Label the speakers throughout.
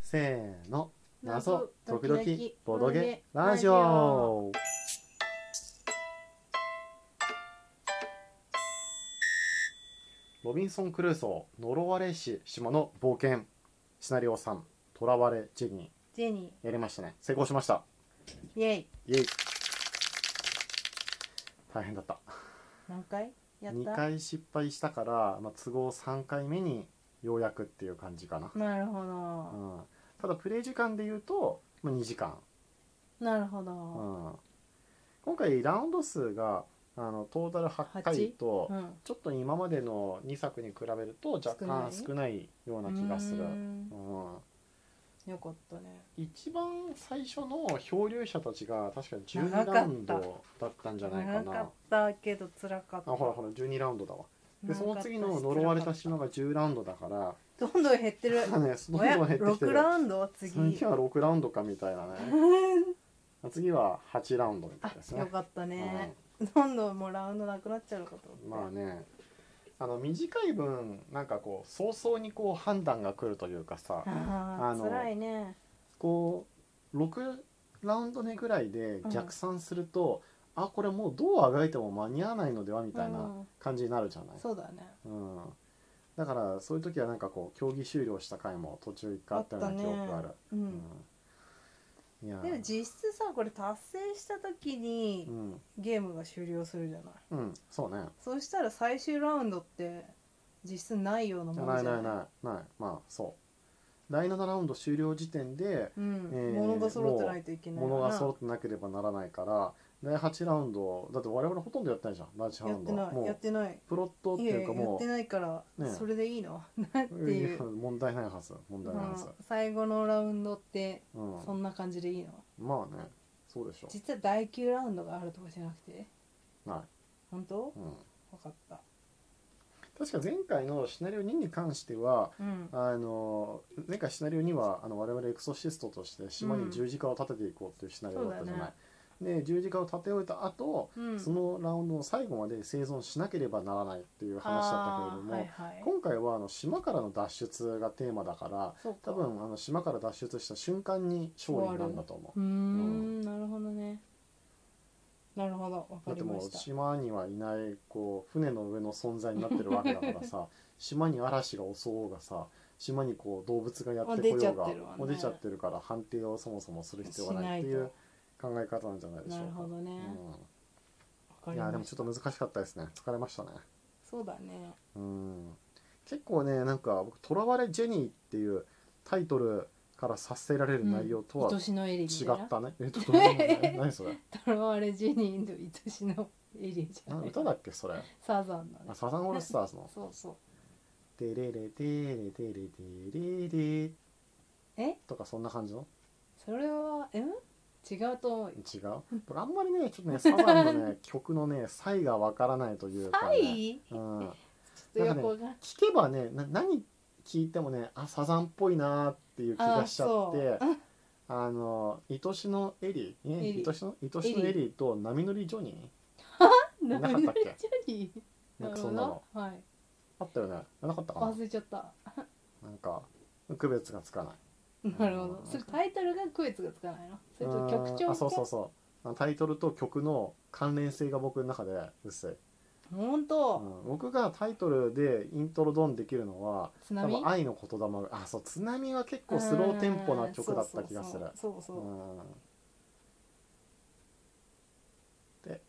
Speaker 1: せーの謎
Speaker 2: 謎
Speaker 1: 時々
Speaker 2: 時々
Speaker 1: ボドゲ
Speaker 2: ボドゲ
Speaker 1: ラジオロビンソン・クルーソー呪われし島の冒険シナリオ3囚われジェニ
Speaker 2: ジェニ
Speaker 1: ーやりましたね成功しました
Speaker 2: ーイェイ
Speaker 1: イエイ大変だった
Speaker 2: 何回やっ
Speaker 1: 2
Speaker 2: た
Speaker 1: 回失敗したから、まあ、都合3回目にようやくっていう感じかな、
Speaker 2: なるほ
Speaker 1: う
Speaker 2: ど
Speaker 1: ん、ただプレイ時間で言うと、まあ、2時間
Speaker 2: なるほ
Speaker 1: う
Speaker 2: ど
Speaker 1: ん今回ラウンド数があのトータル8回と、
Speaker 2: うん
Speaker 1: ちょっと今までの2作に比べると若干少
Speaker 2: 少
Speaker 1: ないような気がする
Speaker 2: うー、ん
Speaker 1: うん
Speaker 2: よかったね
Speaker 1: 一番最初の漂流者たちが確か
Speaker 2: 長か
Speaker 1: 12
Speaker 2: った
Speaker 1: ラウンドだったんじゃないか
Speaker 2: 長
Speaker 1: な
Speaker 2: かったけど辛かっ
Speaker 1: あ
Speaker 2: た
Speaker 1: ほらほら12ラウンドだわでそ
Speaker 2: 長
Speaker 1: の
Speaker 2: かった
Speaker 1: 次の呪われた
Speaker 2: 辛
Speaker 1: 島
Speaker 2: かっ
Speaker 1: が10ラウンドだから
Speaker 2: たどんどん減ってる
Speaker 1: まあねその
Speaker 2: お や
Speaker 1: どん減ってきて
Speaker 2: 6
Speaker 1: る
Speaker 2: ラウンド次
Speaker 1: 次は6ラウンドかみたいなね 次は8ラウンドみたいです
Speaker 2: あ
Speaker 1: ね
Speaker 2: よかったねどんどんもうラウンドなくなっちゃうのかと思っ
Speaker 1: う
Speaker 2: て
Speaker 1: んまあねあの短い分なんかこう早々にこう判断が来るというかさあ
Speaker 2: あ
Speaker 1: の
Speaker 2: ー辛いね
Speaker 1: こう6ラウンド目ぐらいで
Speaker 2: うん
Speaker 1: 逆算すると、あこれもうどうあがいても間に合わないのではみたいうなん感じになるじゃない、
Speaker 2: そうだね
Speaker 1: うんだからそういう時はなんかこう競技終了した回も途中1回あったような記憶がある
Speaker 2: う
Speaker 1: うん
Speaker 2: ん
Speaker 1: いやー
Speaker 2: でも実質さこれ達成した時に
Speaker 1: うん、
Speaker 2: ゲームが終了するじゃない
Speaker 1: うん、そうね
Speaker 2: そうしたら最終ラウンドって実質ないようなもの
Speaker 1: ない
Speaker 2: じゃ
Speaker 1: な
Speaker 2: ないい
Speaker 1: ないないまあそう第7ラウンド終了時点で
Speaker 2: うん
Speaker 1: えー
Speaker 2: 物が揃ってないといけないから
Speaker 1: 物が揃ってなければならないから第8ラウンドだって我々ほとんどやってないじゃん第8ラ
Speaker 2: や
Speaker 1: ウ
Speaker 2: っ
Speaker 1: ン
Speaker 2: て
Speaker 1: ド
Speaker 2: ないや
Speaker 1: も
Speaker 2: ってないう
Speaker 1: プロットって
Speaker 2: いや
Speaker 1: い
Speaker 2: いうや
Speaker 1: か
Speaker 2: やっ
Speaker 1: も
Speaker 2: てないから、
Speaker 1: ねえ
Speaker 2: それでいいのなんて
Speaker 1: う
Speaker 2: いう、
Speaker 1: うん問題ないはず問題ないはず
Speaker 2: うん最後のラウンドって
Speaker 1: うん
Speaker 2: そんな感じでいいの
Speaker 1: まあねそうでしょ
Speaker 2: 実は第9ラウンドがあるとかじゃなくて
Speaker 1: は
Speaker 2: 本当
Speaker 1: い、うん、
Speaker 2: 分かった
Speaker 1: 確か前回のシナリオ2に関しては
Speaker 2: うん
Speaker 1: あの前回シナリオ2はあの我々エクソシストとして島に十字架を立てていこうっていうシナリオだったじゃない、で十字架を立て終えた後
Speaker 2: うん
Speaker 1: そのラウンドの最後まで生存しなければならないっていう話だったけれども、
Speaker 2: あーはいはい、
Speaker 1: 今回はあの島からの脱出がテーマだから
Speaker 2: そうか
Speaker 1: 多分あの島から脱出した瞬間に勝利なんだと思
Speaker 2: うー
Speaker 1: うん
Speaker 2: んなるほどねなるほどわ
Speaker 1: う。だ
Speaker 2: か
Speaker 1: って
Speaker 2: りま
Speaker 1: も
Speaker 2: し
Speaker 1: う
Speaker 2: た
Speaker 1: 島にはいないこう船の上の存在になってるわけだから さ島に嵐が襲おうがさ島にこう動物がやってこよう
Speaker 2: あ出ちゃっ
Speaker 1: が
Speaker 2: てるわね
Speaker 1: もう出ちゃってるから判定をそもそもする必要がないっていう考え方なんじゃないでしょ
Speaker 2: な
Speaker 1: う
Speaker 2: る
Speaker 1: か
Speaker 2: ほ。どね
Speaker 1: う
Speaker 2: わか
Speaker 1: ん、い
Speaker 2: り
Speaker 1: やで
Speaker 2: ま
Speaker 1: も
Speaker 2: し
Speaker 1: ち
Speaker 2: た
Speaker 1: ょっと難しかったですね疲れましたね。
Speaker 2: そうだね
Speaker 1: うん結構ねなんか僕「とらわれジェニー」っていうタイトルから察せられる内容とは違
Speaker 2: 愛しのエリーみたい
Speaker 1: っ
Speaker 2: な
Speaker 1: たね、えっとどういうのえ何それ
Speaker 2: とらわれジェニーの愛しのエリーじゃ
Speaker 1: な
Speaker 2: ない
Speaker 1: 歌だっけそれ
Speaker 2: サザンだ
Speaker 1: あ
Speaker 2: ね
Speaker 1: サザンオールスターズの
Speaker 2: そうそう
Speaker 1: 「テレレテレテレテレレ」
Speaker 2: え
Speaker 1: とかそんな感じの
Speaker 2: それはえん違うと思う
Speaker 1: 違う僕あんまりねちょっとねサザンのね曲のね差異がわからないというか、
Speaker 2: は
Speaker 1: ね
Speaker 2: い
Speaker 1: うん、
Speaker 2: ちょっと横が、
Speaker 1: 聞けばねな何聞いてもねあサザンっぽいなーっていう気がしちゃって
Speaker 2: あそう
Speaker 1: あの愛しのエリー、
Speaker 2: エ
Speaker 1: ね、
Speaker 2: リー
Speaker 1: 愛しの愛しのエリーと波乗りジョニ
Speaker 2: な
Speaker 1: なかったっけ
Speaker 2: ジェ ニ
Speaker 1: ー
Speaker 2: ー
Speaker 1: なんかそんなの
Speaker 2: るほどはい
Speaker 1: あったよねなかったかな
Speaker 2: 忘れちゃった
Speaker 1: なんか区別がつかない
Speaker 2: なるほどそれタイトルが区別がつかないのそれと曲調
Speaker 1: うん
Speaker 2: が
Speaker 1: あそうそうそうあのタイトルと曲の関連性が僕の中で薄い、
Speaker 2: 本
Speaker 1: う
Speaker 2: 当
Speaker 1: ん、僕がタイトルでイントロドンできるのは
Speaker 2: 津
Speaker 1: 多
Speaker 2: 波
Speaker 1: 分愛の言霊があそう津波は結構スローテンポな曲だった気がする
Speaker 2: うんそうそうそうそうそう
Speaker 1: うんで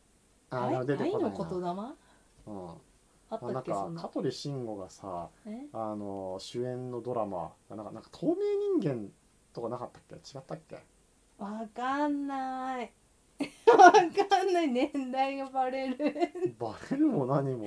Speaker 1: あ
Speaker 2: あれ
Speaker 1: ー出て
Speaker 2: 愛
Speaker 1: こない
Speaker 2: の
Speaker 1: な
Speaker 2: 言霊
Speaker 1: うん、
Speaker 2: あった
Speaker 1: なん
Speaker 2: っけそ
Speaker 1: か
Speaker 2: ん
Speaker 1: 香
Speaker 2: な
Speaker 1: 取慎吾がさ
Speaker 2: え
Speaker 1: あの主演のドラマなんかなんか透明人間とかなかったっけ違ったっけ
Speaker 2: わかんない わかんない年代がバ レる
Speaker 1: バレるも 何も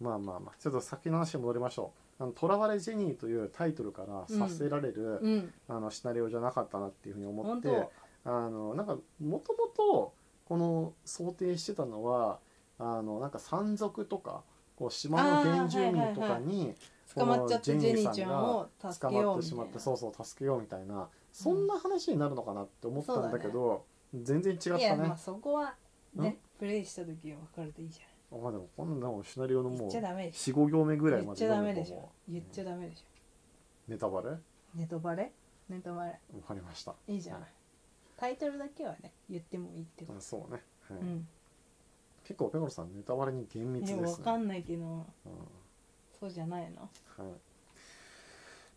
Speaker 1: まあまあまあちょっと先の話に戻りましょう「あの囚われジェニー」というタイトルからさせられる、
Speaker 2: うん
Speaker 1: あのシナリオじゃなかったなっていうふうに思っ
Speaker 2: 本
Speaker 1: て
Speaker 2: 当
Speaker 1: あのなんかもともとこの想定してたのはあのなんか山賊とかこう島の原住民とかに
Speaker 2: 捕まっちゃったジェニー
Speaker 1: このジェニーさ
Speaker 2: ち
Speaker 1: ん
Speaker 2: ゃ
Speaker 1: が
Speaker 2: んを助
Speaker 1: 捕
Speaker 2: けよ
Speaker 1: ま
Speaker 2: う
Speaker 1: って
Speaker 2: み
Speaker 1: したまっ
Speaker 2: い
Speaker 1: て
Speaker 2: な
Speaker 1: そうそう助けようみたいなそんな話になるのかなって思ったんだけど、全然違った
Speaker 2: いや
Speaker 1: ね。
Speaker 2: まあそこは
Speaker 1: ん
Speaker 2: ねプレイした時は分かるといいじ
Speaker 1: あまあでもこんなのシナリオ
Speaker 2: ゃ
Speaker 1: の
Speaker 2: ん言
Speaker 1: も
Speaker 2: っ
Speaker 1: う
Speaker 2: ちゃダメでしょ
Speaker 1: 45行目ぐらい
Speaker 2: 言
Speaker 1: ま
Speaker 2: っ
Speaker 1: で
Speaker 2: ちゃダメ
Speaker 1: ん
Speaker 2: でし
Speaker 1: も
Speaker 2: ょ言っちゃダメでし
Speaker 1: うネタバレ
Speaker 2: ょネタバレネタバレ
Speaker 1: わかりました。
Speaker 2: いいじゃないタイトルだけはね言ってもいいってこ
Speaker 1: うんそうね。はい
Speaker 2: と、うん
Speaker 1: 結構ペコロさんネタバレに厳密
Speaker 2: でも
Speaker 1: で
Speaker 2: わ
Speaker 1: すね。
Speaker 2: かんないけど
Speaker 1: うん
Speaker 2: そうじゃないの
Speaker 1: はい。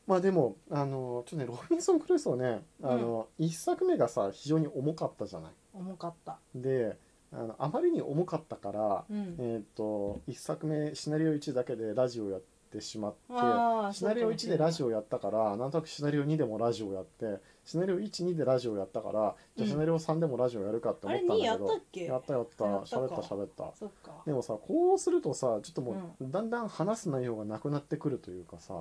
Speaker 1: まあでもあのちょっとねロビンソン・クルーソーねあの、一作目がさ非常に重かったじゃない。
Speaker 2: 重かった
Speaker 1: であのあまりに重かったから、
Speaker 2: うん
Speaker 1: えっ、と一作目シナリオ1だけでラジオやってしまって。
Speaker 2: ああ
Speaker 1: シナリオ1でラジ
Speaker 2: オ
Speaker 1: オやったからなんとなくシナリオ2でもラジオやってシナリオ12でラジオやったからじゃあシナリオ3でもラジオやるかって
Speaker 2: あ
Speaker 1: 思っ
Speaker 2: れ
Speaker 1: たんだ
Speaker 2: 2
Speaker 1: け
Speaker 2: やっ
Speaker 1: ど、
Speaker 2: たっけ
Speaker 1: やったやった
Speaker 2: やった
Speaker 1: 喋
Speaker 2: か
Speaker 1: った喋った
Speaker 2: そっか
Speaker 1: でもさこうするとさちょっともう、だんだん話す内容がなくなってくるというかさ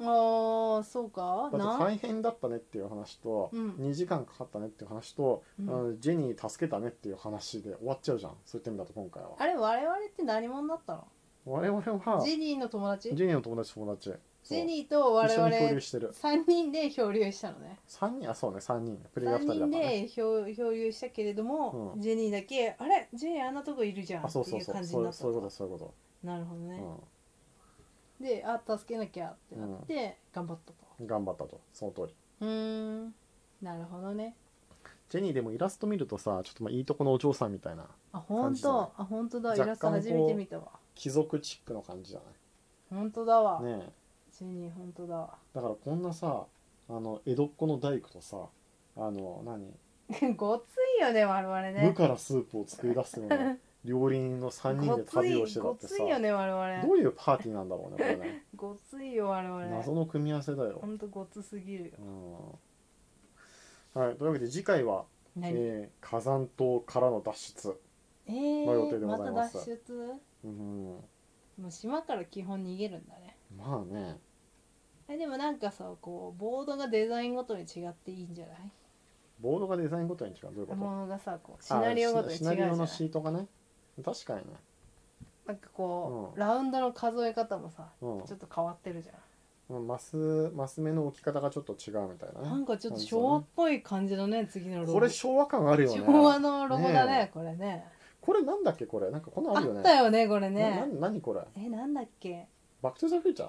Speaker 2: ああそう
Speaker 1: だ
Speaker 2: か
Speaker 1: って
Speaker 2: な
Speaker 1: 大変だったねっていう話と、
Speaker 2: うん
Speaker 1: 2時間かかったねっていう話と、
Speaker 2: うん
Speaker 1: あのジェニー助けたねっていう話で終わっちゃうじゃんそういった意味だと今回は
Speaker 2: あれ我々って何者だったの
Speaker 1: 我々は
Speaker 2: ジェニーの友達
Speaker 1: ジェニーの友達友達
Speaker 2: ジ
Speaker 1: そう
Speaker 2: ェニーと我
Speaker 1: 一緒に交流
Speaker 2: 々
Speaker 1: してる
Speaker 2: 3人で漂流したのね
Speaker 1: 3人あそうね3人プレイヤー
Speaker 2: 3
Speaker 1: 2人だから
Speaker 2: 人
Speaker 1: ね
Speaker 2: で漂漂流したけれども、
Speaker 1: うん
Speaker 2: ジェニーだけ「あれジェニーあんなとこいるじゃん」
Speaker 1: あ
Speaker 2: って
Speaker 1: そうそ
Speaker 2: いうう
Speaker 1: そう
Speaker 2: 感じ
Speaker 1: そうい
Speaker 2: に
Speaker 1: う
Speaker 2: なったと
Speaker 1: そういうことそういうこ
Speaker 2: なるほどね、
Speaker 1: と、
Speaker 2: であ助けなきゃってなって、頑張ったと
Speaker 1: うん、頑張ったとその通り
Speaker 2: うーんなるほどね
Speaker 1: ジェニーでもイラスト見るとさちょっとまあいいとこのお嬢さんみたいな
Speaker 2: あ本
Speaker 1: 感じだね
Speaker 2: 当あ本当だイ
Speaker 1: 若干
Speaker 2: ラスト初めて見たわ
Speaker 1: 貴族チックの感じじゃ
Speaker 2: 本当だわ、
Speaker 1: ないねえ
Speaker 2: ジェニー本当だわ
Speaker 1: だからこんなさあの江戸っ子の大工とさあの何、
Speaker 2: ごついよね我々
Speaker 1: 無
Speaker 2: ね
Speaker 1: からスープを作り出すような 料理人の3人
Speaker 2: ご
Speaker 1: で
Speaker 2: つ
Speaker 1: 旅
Speaker 2: い
Speaker 1: をしてた
Speaker 2: ご
Speaker 1: ってさ
Speaker 2: ついよね我
Speaker 1: ど
Speaker 2: 々
Speaker 1: ういうパーティーなんだろうねこれ ね
Speaker 2: ごついよ我々
Speaker 1: 謎の組み合わせだよ
Speaker 2: ほ、んとごつすぎるよ
Speaker 1: うんはい、というわけで次回は、
Speaker 2: 何
Speaker 1: えー火山島からの脱出、
Speaker 2: え
Speaker 1: の予定
Speaker 2: ー、
Speaker 1: でご
Speaker 2: ま
Speaker 1: ざ
Speaker 2: た
Speaker 1: います
Speaker 2: 脱出
Speaker 1: うん、
Speaker 2: もう島から基本逃げるんだね
Speaker 1: まあね
Speaker 2: えでもなんかさこうボードがデザインごとに違っていいんじゃない
Speaker 1: ボードがデザインごとに違うどういうこと
Speaker 2: ものがさこうシナリオごとに違う
Speaker 1: シ
Speaker 2: じゃ
Speaker 1: ナ
Speaker 2: ない
Speaker 1: リオのシートがね確かにね、
Speaker 2: なんかこう、
Speaker 1: うん
Speaker 2: ラウンドの数え方もさ
Speaker 1: うん
Speaker 2: ちょっと変わってるじゃん、
Speaker 1: うん、マスマス目の置き方がちょっと違うみたいなね
Speaker 2: なんかちょっと昭和っぽい感じのね次のロゴ
Speaker 1: これ昭和感あるよね
Speaker 2: 昭和のロゴだね
Speaker 1: ね
Speaker 2: これね
Speaker 1: これなんだっけこれなんかこんな
Speaker 2: あ
Speaker 1: んあるよね
Speaker 2: ったよねこ
Speaker 1: な
Speaker 2: れね
Speaker 1: な何これ
Speaker 2: えなんだっけ
Speaker 1: バックトゥザフューチャー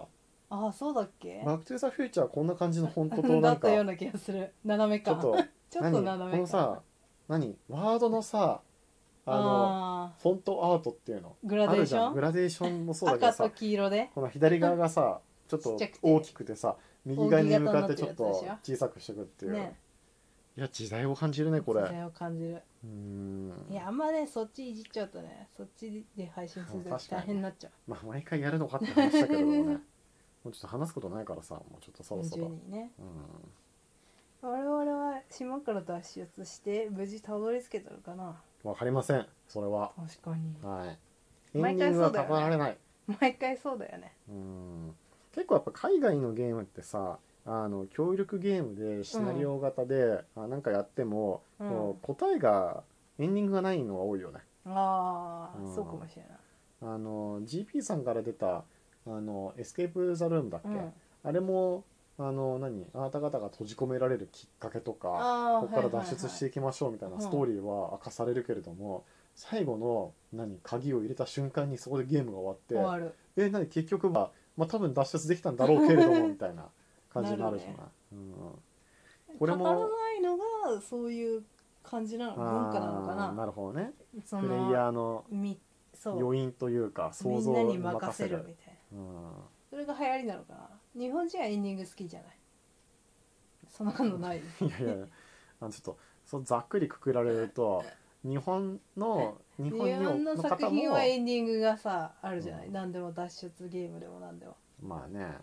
Speaker 2: ああそうだっけ
Speaker 1: バックトゥザフューチャーこんな感じのフォントと
Speaker 2: だ
Speaker 1: な
Speaker 2: っ
Speaker 1: んか
Speaker 2: たよう
Speaker 1: ち
Speaker 2: な気がする斜め
Speaker 1: ょ
Speaker 2: 感
Speaker 1: っ
Speaker 2: ちょ
Speaker 1: と
Speaker 2: っと
Speaker 1: 何こ
Speaker 2: 斜め感
Speaker 1: のさ何ワードのさあの
Speaker 2: あ
Speaker 1: フォントアートっていうの
Speaker 2: ーグラ
Speaker 1: あ
Speaker 2: デ
Speaker 1: る
Speaker 2: ーシ
Speaker 1: じゃ
Speaker 2: ョ
Speaker 1: ん
Speaker 2: ン
Speaker 1: グラデーションもそうだけど
Speaker 2: 赤と
Speaker 1: さ
Speaker 2: 黄色で
Speaker 1: この左側がさちょっ
Speaker 2: ち
Speaker 1: と
Speaker 2: っちゃくて
Speaker 1: 大きくてさ右側に向かってちょっ
Speaker 2: 扇形に
Speaker 1: と
Speaker 2: なっ
Speaker 1: 小さくしてくっていう、
Speaker 2: ね
Speaker 1: いや時代を感じるねこれ
Speaker 2: 時代を感じる
Speaker 1: うーん
Speaker 2: いやあんまねそっちいじっちゃうとねそっちで配信する
Speaker 1: うん
Speaker 2: と
Speaker 1: 確かに
Speaker 2: 大変になっちゃ
Speaker 1: まあ毎回やるのかって話だけど もねもうちょっと話すことないからさもうちょっとそうろそろ
Speaker 2: 40人ね
Speaker 1: うん
Speaker 2: 我々は島から脱出して無事たどり着けたのかな
Speaker 1: わかりませんそれは
Speaker 2: 確かに
Speaker 1: はいエ
Speaker 2: 毎
Speaker 1: ンディ
Speaker 2: 回
Speaker 1: ング
Speaker 2: そ
Speaker 1: は
Speaker 2: うだよね
Speaker 1: 語られない
Speaker 2: 毎回そうだよね
Speaker 1: うん結構やっぱ海外のゲームってさあの協力ゲームでシナリオ型で、あなんかやっても、
Speaker 2: うん
Speaker 1: こう答えがエンディングがないのが多いよね
Speaker 2: ああ、
Speaker 1: うん
Speaker 2: そうかもしれない
Speaker 1: あの GP さんから出たあのエスケープ・ザ・ルームだっけ、
Speaker 2: うん
Speaker 1: あれもあの何あなた方が閉じ込められるきっかけとか
Speaker 2: あー
Speaker 1: ここから
Speaker 2: はいはいはい
Speaker 1: 脱出していきましょうみたいな
Speaker 2: うん
Speaker 1: ストーリーは明かされるけれども、最後の何鍵を入れた瞬間にそこでゲームが終
Speaker 2: 終
Speaker 1: わ
Speaker 2: わ
Speaker 1: って
Speaker 2: る
Speaker 1: え何結局は、まあ、多分脱出できたんだろうけれども みたいな感じになるじゃない。
Speaker 2: な
Speaker 1: うん、これも
Speaker 2: 語らないのがそういう感じなの
Speaker 1: あ
Speaker 2: 文化なのか
Speaker 1: ー
Speaker 2: な
Speaker 1: なるほどね
Speaker 2: そ
Speaker 1: プ
Speaker 2: の
Speaker 1: レイヤーの
Speaker 2: みそう
Speaker 1: 余韻というか想
Speaker 2: み
Speaker 1: 像
Speaker 2: んなに
Speaker 1: に
Speaker 2: 任
Speaker 1: 任
Speaker 2: せ
Speaker 1: せ
Speaker 2: る
Speaker 1: る。
Speaker 2: みたいな
Speaker 1: うん
Speaker 2: それが流行りなのかな日本人はエンディング好きじゃないそんなことない
Speaker 1: いやいや あのちょっとそうざっくりくくられると日本の日
Speaker 2: 日
Speaker 1: 本の
Speaker 2: 本の作
Speaker 1: 方
Speaker 2: 品
Speaker 1: も
Speaker 2: はエンディングがさあるじゃない、
Speaker 1: うん
Speaker 2: 何でも脱出ゲームでも何でも
Speaker 1: まあね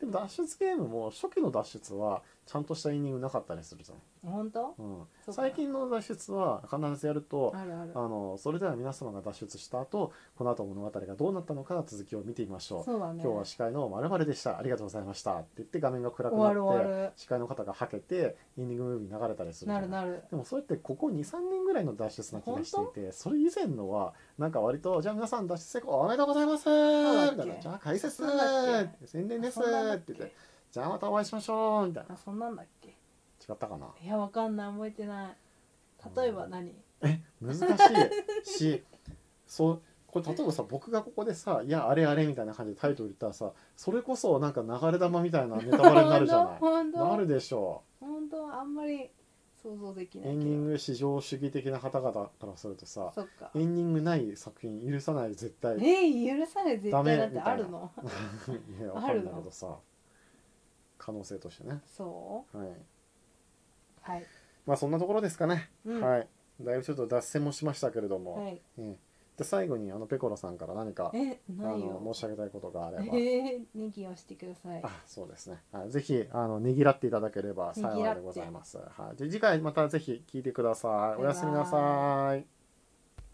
Speaker 1: でも脱出ゲームも初期の脱出はちゃんとしたエンディングなかったりするじゃん、
Speaker 2: 本当
Speaker 1: う
Speaker 2: そ
Speaker 1: ん、
Speaker 2: うかな
Speaker 1: 最近の脱出は必ずやると
Speaker 2: あるある
Speaker 1: あのそれでは皆様が脱出した後この後物語がどうなったのか続きを見てみましょう
Speaker 2: そうだね
Speaker 1: 今日は司会の〇〇でしたありがとうございましたって言って画面が暗く
Speaker 2: 終わる
Speaker 1: な
Speaker 2: 終
Speaker 1: って
Speaker 2: わる
Speaker 1: 司会の方がはけてエンディングムービー流れたりするじゃ
Speaker 2: な
Speaker 1: な
Speaker 2: る
Speaker 1: い
Speaker 2: なる
Speaker 1: でもそれってここ23年ぐらいの脱出な気がしていてそれ以前のはなんか割と「じゃあ皆さん脱出成功おめでとうございます」
Speaker 2: うだっけ
Speaker 1: みたいな「じゃあ解説
Speaker 2: そうだっ
Speaker 1: 宣伝です」
Speaker 2: あそんなんだ
Speaker 1: っ
Speaker 2: って
Speaker 1: 言って
Speaker 2: け
Speaker 1: 「じゃあまたお会いしましょう」みたいな
Speaker 2: あそんなんだっけ
Speaker 1: 違ったかない
Speaker 2: やわかんない覚えてない例えば何
Speaker 1: 難しいしそうこれ例えばさ僕がここでさ「いやあれあれ」みたいな感じでタイトル言ったらさそれこそなんか流れ玉みたいなネタバレになるじゃない。
Speaker 2: 本当
Speaker 1: な
Speaker 2: 本
Speaker 1: るでしょ
Speaker 2: 当本当あんまり想像でき
Speaker 1: う。
Speaker 2: な
Speaker 1: エ
Speaker 2: い
Speaker 1: ン
Speaker 2: け
Speaker 1: ディン
Speaker 2: ど
Speaker 1: グ至上主義的な方々からするとさ
Speaker 2: そっか
Speaker 1: エンディングない作品許さない絶対。い
Speaker 2: えい許され絶
Speaker 1: ダメ
Speaker 2: 対だってあるの
Speaker 1: やわかるんだけどさ可能性としてね。
Speaker 2: そ
Speaker 1: はい、
Speaker 2: うはい、
Speaker 1: まあそんなところですかね。
Speaker 2: うんい、
Speaker 1: はい。だいぶちょっと脱線もしましたけれども、
Speaker 2: はい、
Speaker 1: ええで最後にあのペコロさんから何かあ
Speaker 2: えない
Speaker 1: の
Speaker 2: よ
Speaker 1: 申し上げたいことがあれば。
Speaker 2: えー、ネギをしてください
Speaker 1: あそうですねあぜひあのねぎらっていただければ幸いでございます、はい、で次回またぜひ聞いてくださいおやすみなさい